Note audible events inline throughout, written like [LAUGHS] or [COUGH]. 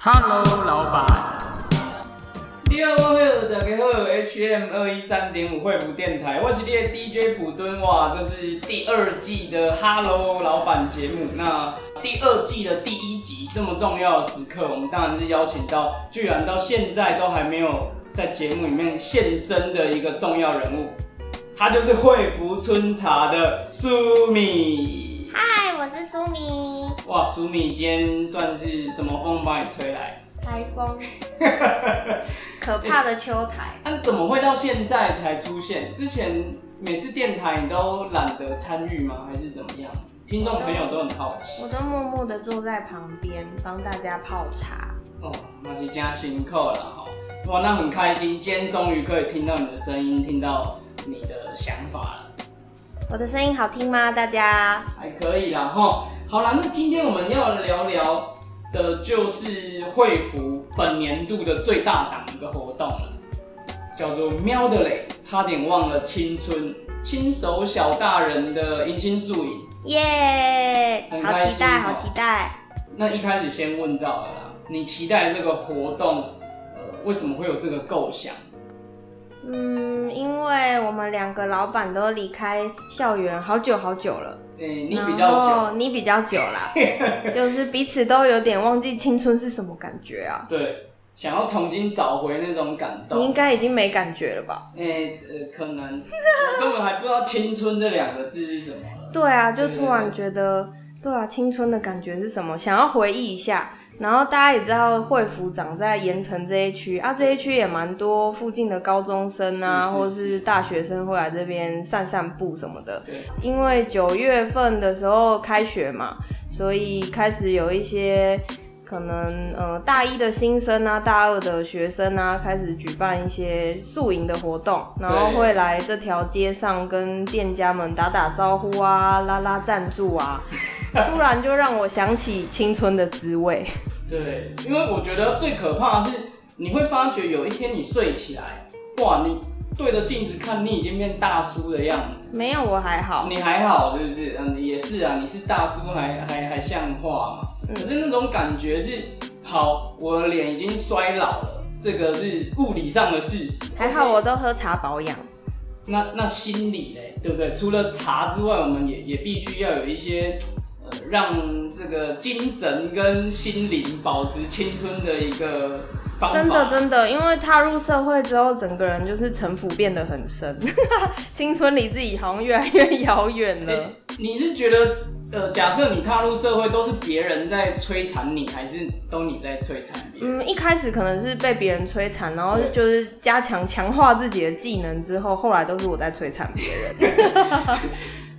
Hello，老板。第二位大家好，HM 二一三点五惠福电台，我是你的 DJ 普敦哇，这是第二季的 Hello 老板节目。那第二季的第一集这么重要的时刻，我们当然是邀请到，居然到现在都还没有在节目里面现身的一个重要人物，他就是惠福春茶的苏米。嗨，我是苏明。哇，苏米今天算是什么风把你吹来？台风，可怕的秋台。那啊怎么会到现在才出现？之前每次电台你都懒得参与吗？还是怎么样？听众朋友都很好奇。我都默默的坐在旁边帮大家泡茶。哦，那是加辛苦了哈。哇，那很开心，今天终于可以听到你的声音，听到你的想法了，我的声音好听吗？大家？还可以啦哈。好啦，那今天我们要聊聊的就是惠福本年度的最大档一个活动了，叫做“喵的嘞”，差点忘了青春，亲手小大人的迎新宿营。耶、很好开心期待，哦好期待。那一开始先问到了啦，你期待这个活动，呃，为什么会有这个构想？嗯，因为我们两个老板都离开校园好久好久了，诶、你比然较后久，你比较久 [LAUGHS] 啦，就是彼此都有点忘记青春是什么感觉啊。对，想要重新找回那种感你应动。该已经没感觉了吧？诶、呃，可能我根本还不知道“青春”这两个字是什么了。对啊，就对突然觉得，对啊，青春的感觉是什么？想要回忆一下。然后大家也知道，惠福长在盐城这一区啊，这一区也蛮多附近的高中生啊，是是或是是大学生会来这边散散步什么的。对，因为九月份的时候开学嘛，所以开始有一些可能呃大一的新生啊、大二的学生啊，开始举办一些宿营的活动，然后会来这条街上跟店家们打打招呼啊、拉拉赞助啊，突然就让我想起青春的滋味。对，因为我觉得最可怕的是，你会发觉有一天你睡起来，哇，你对着镜子看，你已经变大叔的样子。没有，我还好，你还好是不是？嗯，也是啊，你是大叔还还还像话嘛？嗯可是那种感觉是，好，我的脸已经衰老了，这个是物理上的事实。还好我都喝茶保养。那那心理嘞，对不对？除了茶之外，我们也也必须要有一些，呃，让这个精神跟心灵保持青春的一个方法。真的真的，因为踏入社会之后，整个人就是城府变得很深， [LAUGHS] 青春离自己好像越来越遥远了。欸你是觉得，呃，假设你踏入社会，都是别人在摧残你，还是都你在摧残别人？嗯，一开始可能是被别人摧残，然后对就是加强强化自己的技能之后，后来都是我在摧残别人。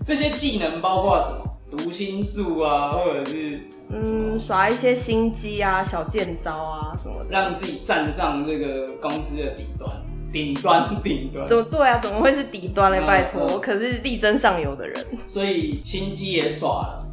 这些技能包括什么？读心术啊，或者是嗯，耍一些心机啊、小剑招啊什么的。让自己站上这个公司的顶端，顶端，顶端。怎么对啊？怎么会是底端嘞？嗯拜托，嗯我可是力争上游的人。所以心机也耍了，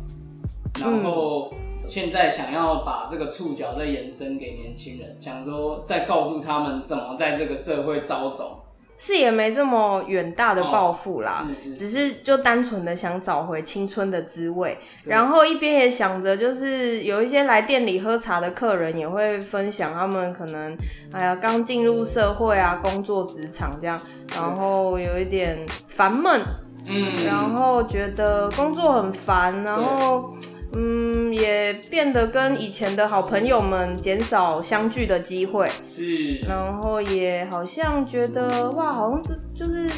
然后嗯现在想要把这个触角再延伸给年轻人，想说再告诉他们怎么在这个社会招走。是也没这么远大的抱负啦，哦是是只是就单纯的想找回青春的滋味，对然后一边也想着，就是有一些来店里喝茶的客人也会分享他们可能，哎呀，刚进入社会啊，工作职场这样，然后有一点烦闷，嗯，然后觉得工作很烦，然后。嗯，也变得跟以前的好朋友们减少相聚的机会，是然后也好像觉得哇，好像这就是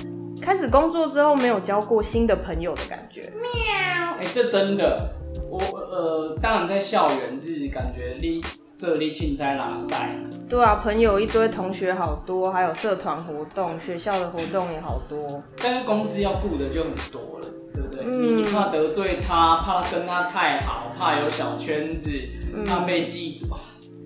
开始工作之后没有交过新的朋友的感觉。哎、这真的，我呃，当然在校园是感觉离这离青菜拉塞。对啊，朋友一堆，同学好多，还有社团活动、学校的活动也好多。但是公司要顾的就很多了，对不对？嗯你你怕得罪他，怕跟他太好，怕有小圈子，怕被嫉妒，哇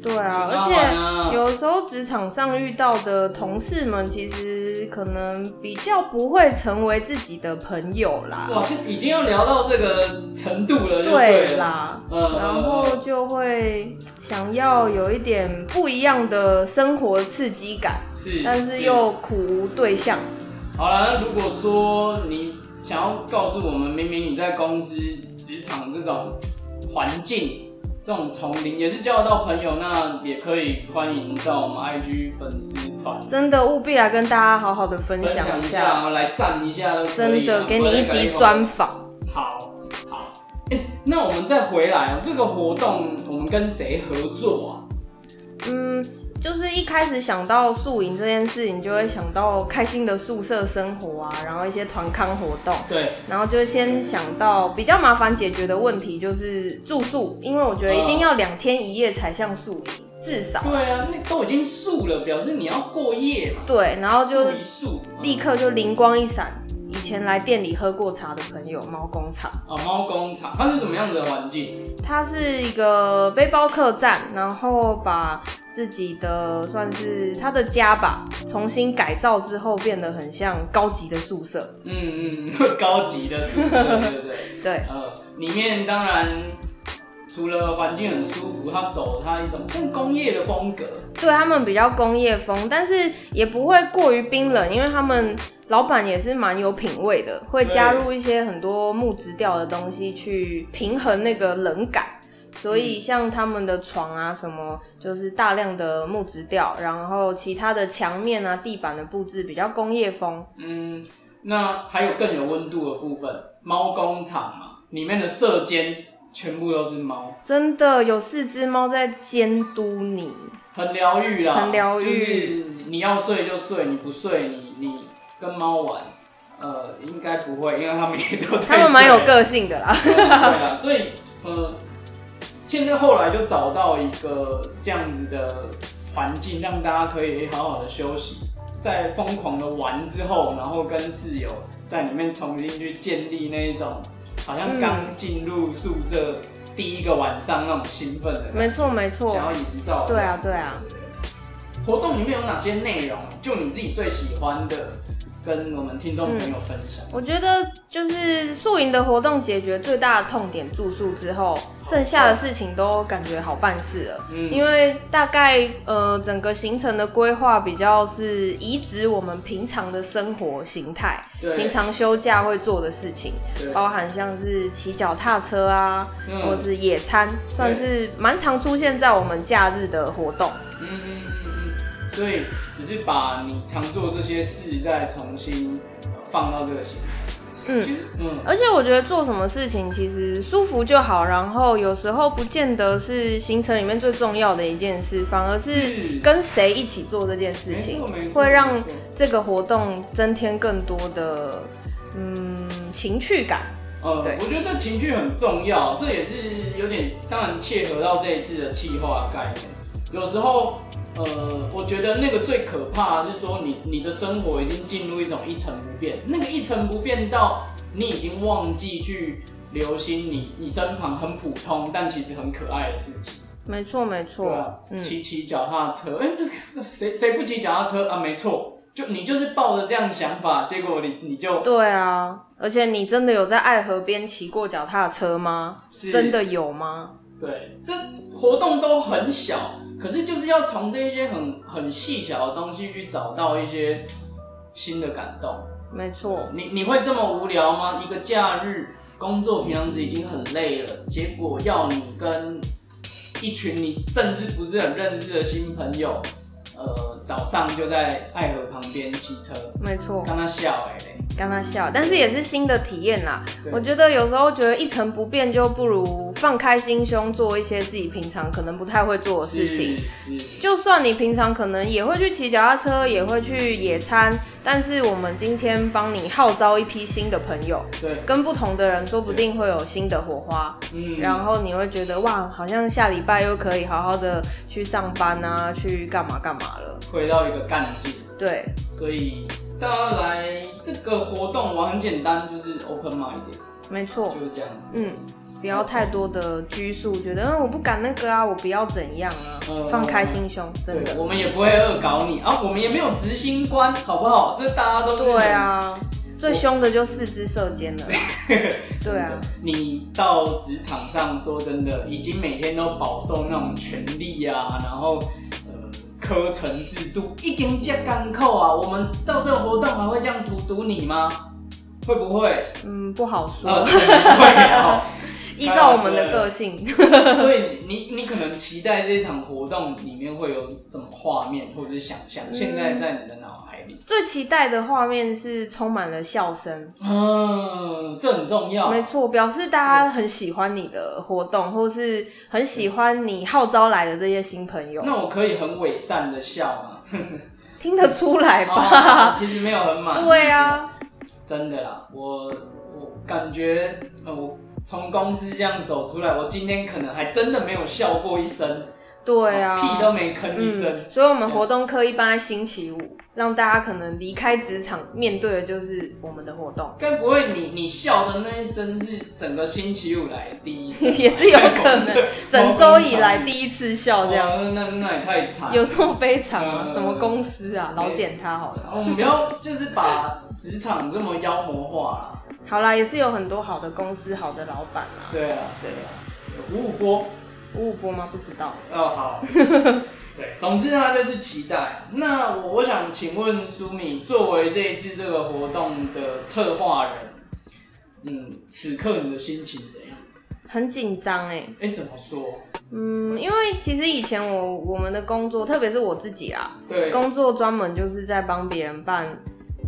对啊，嗯很而麻烦啊且有时候职场上遇到的同事们，其实可能比较不会成为自己的朋友哇，啦。这已经要聊到这个程度了，就对呃了。啦，嗯然后就会想要有一点不一样的生活刺激感。是，但是又苦无对象。好了。那如果说你想要告诉我们，明明你在公司职场这种环境，这种丛林，也是交得到朋友，那也可以欢迎到我们 IG 粉丝团真的务必来跟大家好好的分享一一下，下，然后来赞一下都可以啊，真的给你一集不然专访。好好、欸那我们再回来哦，这个活动我们跟谁合作啊？嗯，就是一开始想到宿营这件事情，就会想到开心的宿舍生活啊，然后一些团康活动。对，然后就先想到比较麻烦解决的问题，就是住宿，因为我觉得一定要两天一夜才像宿营，至少对啊，那都已经宿了，表示你要过夜嘛，对。然后就宿一宿，立刻就灵光一闪，以前来店里喝过茶的朋友猫工厂，哦，猫工厂它是怎么样子的环境？它是一个背包客栈，然后把自己的算是他的家吧，重新改造之后变得很像高级的宿舍，嗯嗯，高级的宿舍，对不对？对，呃，里面当然除了环境很舒服，它走它一种像工业的风格，对他们比较工业风，但是也不会过于冰冷，因为他们老板也是蛮有品味的，会加入一些很多木质调的东西去平衡那个冷感。所以像他们的床啊什么，就是大量的木质调，然后其他的墙面啊、地板的布置比较工业风。嗯，那还有更有温度的部分，猫工厂嘛，里面的射间全部都是猫，真的有四只猫在监督你，很疗愈啦，很疗愈。就是你要睡就睡，你不睡你你跟猫玩，呃，应该不会，因为他们也 [LAUGHS] 都在他们蛮有睡个性的啦。对啦，所以呃，现在后来就找到一个这样子的环境，让大家可以好好的休息，在疯狂的玩之后，然后跟室友在里面重新去建立那一种好像嗯刚进入宿舍第一个晚上那种兴奋的感没错没觉，错，想要营造。对啊对啊。活动里面有哪些内容？就你自己最喜欢的，跟我们听众朋友分享。我觉得就是宿营的活动解决最大的痛点住宿之后，剩下的事情都感觉好办事了。嗯，因为大概呃整个行程的规划比较是移植我们平常的生活形态，对平常休假会做的事情，对，包含像是骑脚踏车啊，嗯或是野餐，算是蛮常出现在我们假日的活动。嗯嗯嗯嗯，所以只是把你常做这些事再重新呃放到这个行程。嗯其实，嗯，而且我觉得做什么事情其实舒服就好，然后有时候不见得是行程里面最重要的一件事，反而是是跟谁一起做这件事没情错，没错，会让没错这个活动增添更多的嗯情趣感。呃对，我觉得情绪很重要，这也是有点当然切合到这一次的气化概念。有时候，呃，我觉得那个最可怕的是说你你的生活已经进入一种一成不变，那个一成不变到你已经忘记去留心你你身旁很普通但其实很可爱的事情。没错，没对错啊，嗯，骑骑脚踏车，哎、谁谁不骑脚踏车啊？没错，就你就是抱着这样想法，结果你你就对啊。而且你真的有在爱河边骑过脚踏车吗？是真的有吗？对，这活动都很小，可是就是要从这一些很很细小的东西去找到一些嘖新的感动。没错，你你会这么无聊吗？一个假日工作平常时已经很累了，结果要你跟一群你甚至不是很认识的新朋友，呃，早上就在爱河旁边骑车，没错。跟他笑哎、欸，跟他笑，但是也是新的体验啦对。我觉得有时候觉得一成不变，就不如放开心胸，做一些自己平常可能不太会做的事情。是是就算你平常可能也会去骑脚踏车，也会去野餐，但是我们今天帮你号召一批新的朋友，对，跟不同的人，说不定会有新的火花。嗯，然后你会觉得哇，好像下礼拜又可以好好的去上班啊，去干嘛干嘛了。回到一个干劲，对，所以大家来这个活动玩很简单，就是 open mind，没错。就是这样子，嗯，不要太多的拘束，觉得嗯我不敢那个啊，我不要怎样啊，嗯放开心胸，真对，的。我们也不会恶搞你啊，我们也没有执行官，好不好？这大家都是对，啊，最凶的就四肢射箭了。 [LAUGHS] 对啊，你到职场上，说真的，已经每天都饱受那种权力啊，然后呃，科层制度，一经这干扣啊，我们到这个活动还会这样荼毒你吗？会不会？嗯，不好说，呃，会啊。依照我们的个性， [LAUGHS] 所以你你可能期待这场活动里面会有什么画面或者是想象，现在在你的脑海里， [LAUGHS] 最期待的画面是充满了笑声。嗯，这很重要。没错，表示大家很喜欢你的活动，或是很喜欢你号召来的这些新朋友，那我可以很伪善的笑吗？听得出来哦吧？其实没有很满。 [LAUGHS] 对，啊，真的啦，我我感觉呃我从公司这样走出来，我今天可能还真的没有笑过一声，哦对啊，屁都没吭一声。嗯，所以我们活动刻意办在星期五，让大家可能离开职场，面对的就是我们的活动，该不会你你笑的那一声是整个星期五来的第一声 [LAUGHS] 吧？也是有可 [LAUGHS] 能整周以来一第一次笑这这样，哦样，那那也太惨了。有这么悲惨吗？呃什么公司啊？老检他好了，哦我们不要就是把职场这么妖魔化啦。好啦，也是有很多好的公司、好的老板啊。对啊，对啊，五五波。五五波吗？不知道。哦， [LAUGHS] 好。对，总之呢就是期待。那我我想请问苏米，作为这一次这个活动的策划人，嗯，此刻你的心情怎样？很紧张哎，哎、怎么说？嗯，因为其实以前我我们的工作，特别是我自己啊，对，工作专门就是在帮别人办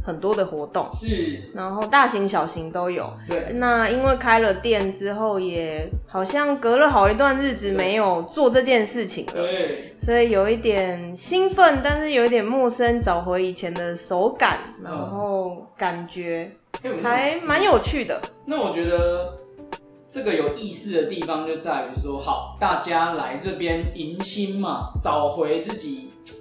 很多的活动，是，然后大型小型都有。对，那因为开了店之后，也好像隔了好一段日子没有做这件事情了，对，所以有一点兴奋，但是有一点陌生，找回以前的手感，然后感觉哎我还蛮有趣的。那我觉得这个有意思的地方就在于说，好，大家来这边迎新嘛，找回自己嘖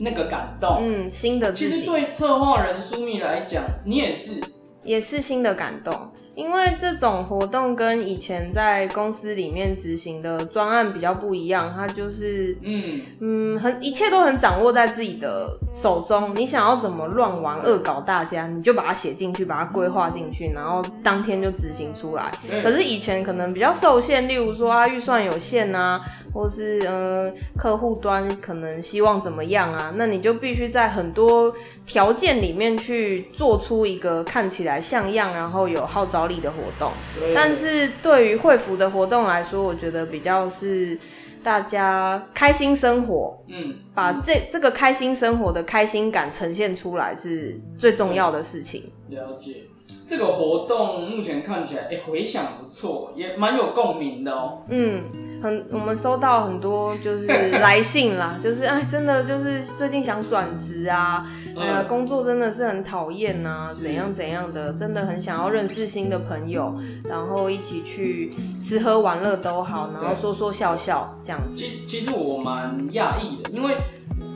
那个感动。嗯，新的其自实己对策划人苏米来讲，你也是，也是新的感动，因为这种活动跟以前在公司里面执行的专案比较不一样，它就是嗯，嗯，很一切都很掌握在自己的手中。你想要怎么乱玩、恶搞大家，你就把它写进去，把它规划进去，然后当天就执行出来。可对，是以前可能比较受限，例如说啊预算有限啊，或是嗯、客户端可能希望怎么样啊，那你就必须在很多条件里面去做出一个看起来像样，啊然后有号召力的活动。对但是对于会服的活动来说，我觉得比较是大家开心生活，嗯，把这这个开心生活的开心感呈现出来是最重要的事情。了解。这个活动目前看起来，哎、回响不错，也蛮有共鸣的哦、嗯，很，我们收到很多就是 [LAUGHS] 来信啦，就是哎，真的就是最近想转职啊，哎呀，工作真的是很讨厌呐，嗯是怎样怎样的，真的很想要认识新的朋友，然后一起去吃喝玩乐都好，然后对说说笑笑这样子。其实其实我蛮讶异的，因为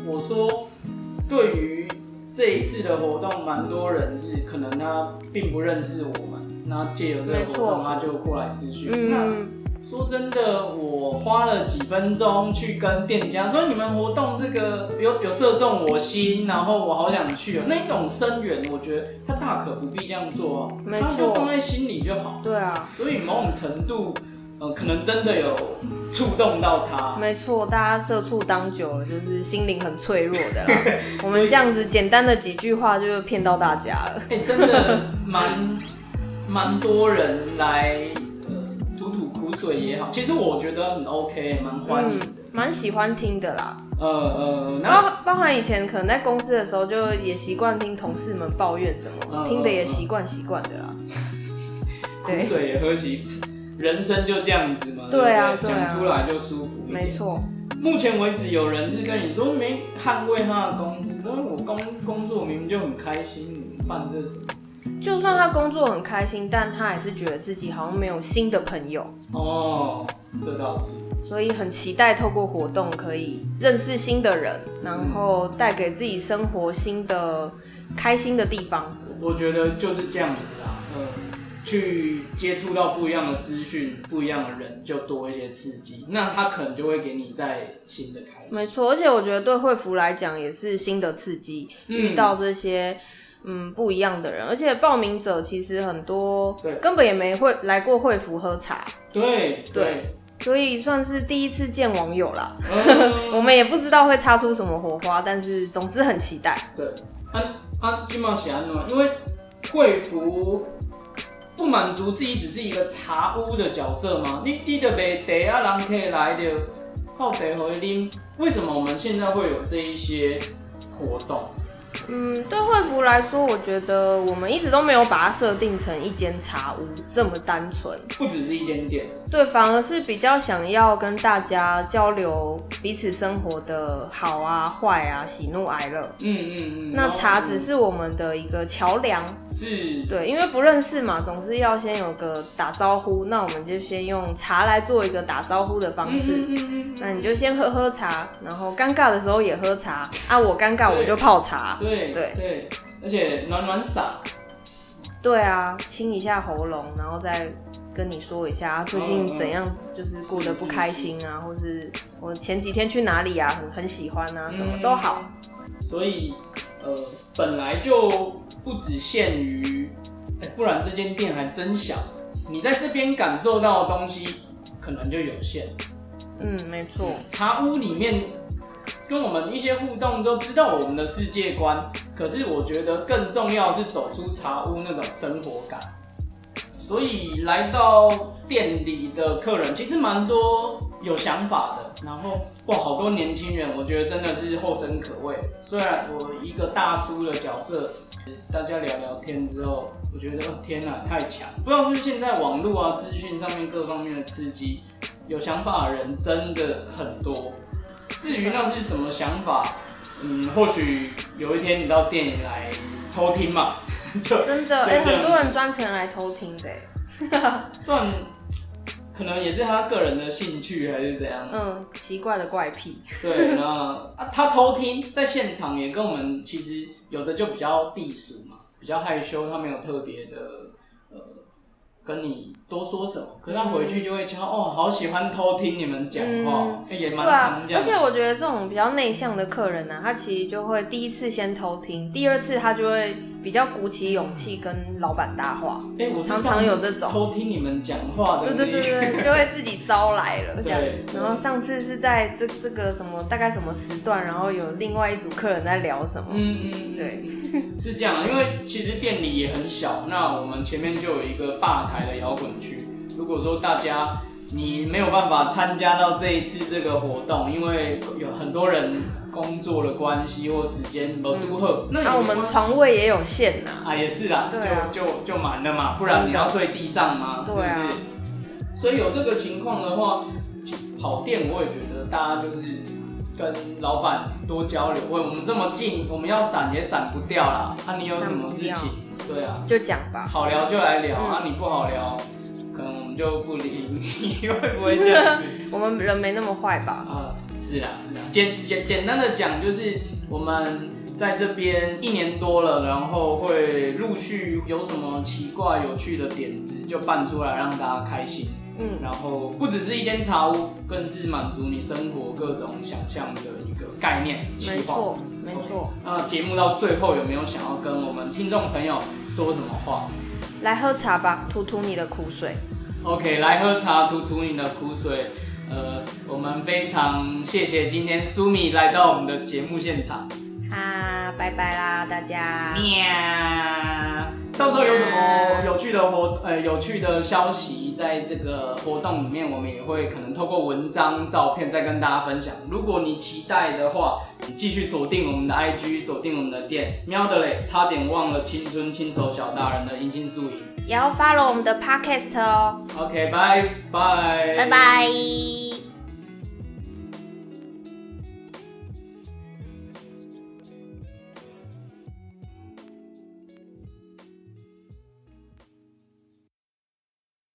我说对于这一次的活动，蛮多人是可能他并不认识我们，那借由这个活没错动他就过来私讯。那嗯，说真的，我花了几分钟去跟店家说你们活动这个有有射中我心，然后我好想去哦。那种声援，我觉得他大可不必这样做、哦，没错他就放在心里就好。对啊，所以某种程度，呃，可能真的有触动到他。没错，大家社畜当久了，就是心灵很脆弱的 [LAUGHS] 啦。我们这样子简单的几句话就骗到大家了。哎、真的蛮蛮多人来呃吐吐苦水也好，其实我觉得很 OK，蛮欢迎嗯的。，蛮喜欢听的啦。呃呃，然那后包含以前可能在公司的时候，就也习惯听同事们抱怨什么，嗯听的也习惯习惯的啦。苦对，水也喝起，人生就这样子嘛，对啊不对？对啊讲出来就舒服一点。没。错，目前为止，有人是跟你说没捍卫他的工资，因为我工工作明明就很开心，你们办这什么？就算他工作很开心，但他还是觉得自己好像没有新的朋友，哦，这倒是。所以很期待透过活动可以认识新的人，然后带给自己生活新的开心的地方。我觉得就是这样子啦，嗯，去接触到不一样的资讯、不一样的人，就多一些刺激，那他可能就会给你在新的开始。没错，而且我觉得对惠福来讲也是新的刺激，嗯遇到这些嗯不一样的人，而且报名者其实很多对根本也没会来过惠福喝茶，对对，所以算是第一次见网友啦。嗯， [LAUGHS] 我们也不知道会擦出什么火花，但是总之很期待。啊啊，金毛喜安嘛，因为惠福不满足自己只是一个茶屋的角色吗？你你的卖茶啊，人客来的泡茶和啉，为什么我们现在会有这一些活动？嗯，对惠福来说，我觉得我们一直都没有把它设定成一间茶屋这么单纯，不只是一间店，对，反而是比较想要跟大家交流彼此生活的好啊、坏啊、喜怒哀乐。嗯嗯嗯。那茶只只是我们的一个桥梁，是对，因为不认识嘛，总是要先有个打招呼，那我们就先用茶来做一个打招呼的方式。嗯嗯嗯那你就先喝喝茶，然后尴尬的时候也喝茶啊，我尴尬我就泡茶嗯，，对啊对对，而且暖暖嗓，对啊，清一下喉咙，然后再跟你说一下啊最近怎嗯样，就是过得不开心啊，或是我前几天去哪里啊，很很喜欢啊，嗯什么都好。所以呃，本来就不只限于，哎不然这间店还真小。你在这边感受到的东西可能就有限。嗯，没错，茶屋里面跟我们一些互动之后，知道我们的世界观。可是我觉得更重要的是走出茶屋那种生活感。所以来到店里的客人其实蛮多有想法的，然后哇，好多年轻人，我觉得真的是后生可畏。虽然我一个大叔的角色，大家聊聊天之后，我觉得、哦天哪、太强！不知道是不是现在网络啊、资讯上面各方面的刺激，有想法的人真的很多。至于那是什么想法，嗯，或许有一天你到店里来偷听嘛，就真的，就哎、这很样多人专程来偷听的、算可能也是他个人的兴趣还是怎样。嗯，奇怪的怪癖，对，那啊，他偷听在现场也跟我们其实有的就比较避暑嘛，比较害羞，他没有特别的呃跟你多说什么，可是他回去就会敲、哦，好喜欢偷听你们讲话，嗯欸也对蛮啊常，这而样。且我觉得这种比较内向的客人呢、啊他其实就会第一次先偷听，第二次他就会比较鼓起勇气跟老板搭话，哎、我是常上常次有这种。偷听你们讲话的对那对对对，就会自己招来了这样对。然后上次是在这这个什么大概什么时段，然后有另外一组客人在聊什么。嗯嗯，对， [LAUGHS] 是这样啊，因为其实店里也很小，那我们前面就有一个吧台的摇滚区。如果说大家你没有办法参加到这一次这个活动，因为有很多人工作的关系或时间不都好，那嗯啊也没那我们关系床位也有限呐、啊也是啦，对啊就就就满了嘛，不然你要睡地上吗？是不对啊是？所以有这个情况的话，其跑店我也觉得大家就是跟老板多交流。喂，我们这么近，我们要闪也闪不掉啦。啊，你有什么事情闪不？对啊，就讲吧。好聊就来聊、嗯啊，你不好聊，可能我们就不理你， [LAUGHS] 你会不会这样子？ [LAUGHS] 我们人没那么坏吧？啊，是啦，是啦，简简简单的讲，就是我们在这边一年多了，然后会陆续有什么奇怪有趣的点子就办出来让大家开心。嗯，然后不只是一间茶屋，更是满足你生活各种想象的一个概念没计划。错，没错。那节目到最后有没有想要跟我们听众朋友说什么话来喝茶吧，吐吐你的苦水。 ？OK，来喝茶，吐吐你的苦水。呃，我们非常谢谢今天苏米来到我们的节目现场。啊，拜拜啦，大家。喵！到时候有什么有趣的活呃有趣的消息，在这个活动里面，我们也会可能透过文章、照片再跟大家分享。如果你期待的话，你继续锁定我们的 IG，锁定我们的店。喵的嘞，差点忘了青春亲手小大人的迎新宿营。也要 follow 我们的 podcast 哦。 OK，拜拜，拜拜。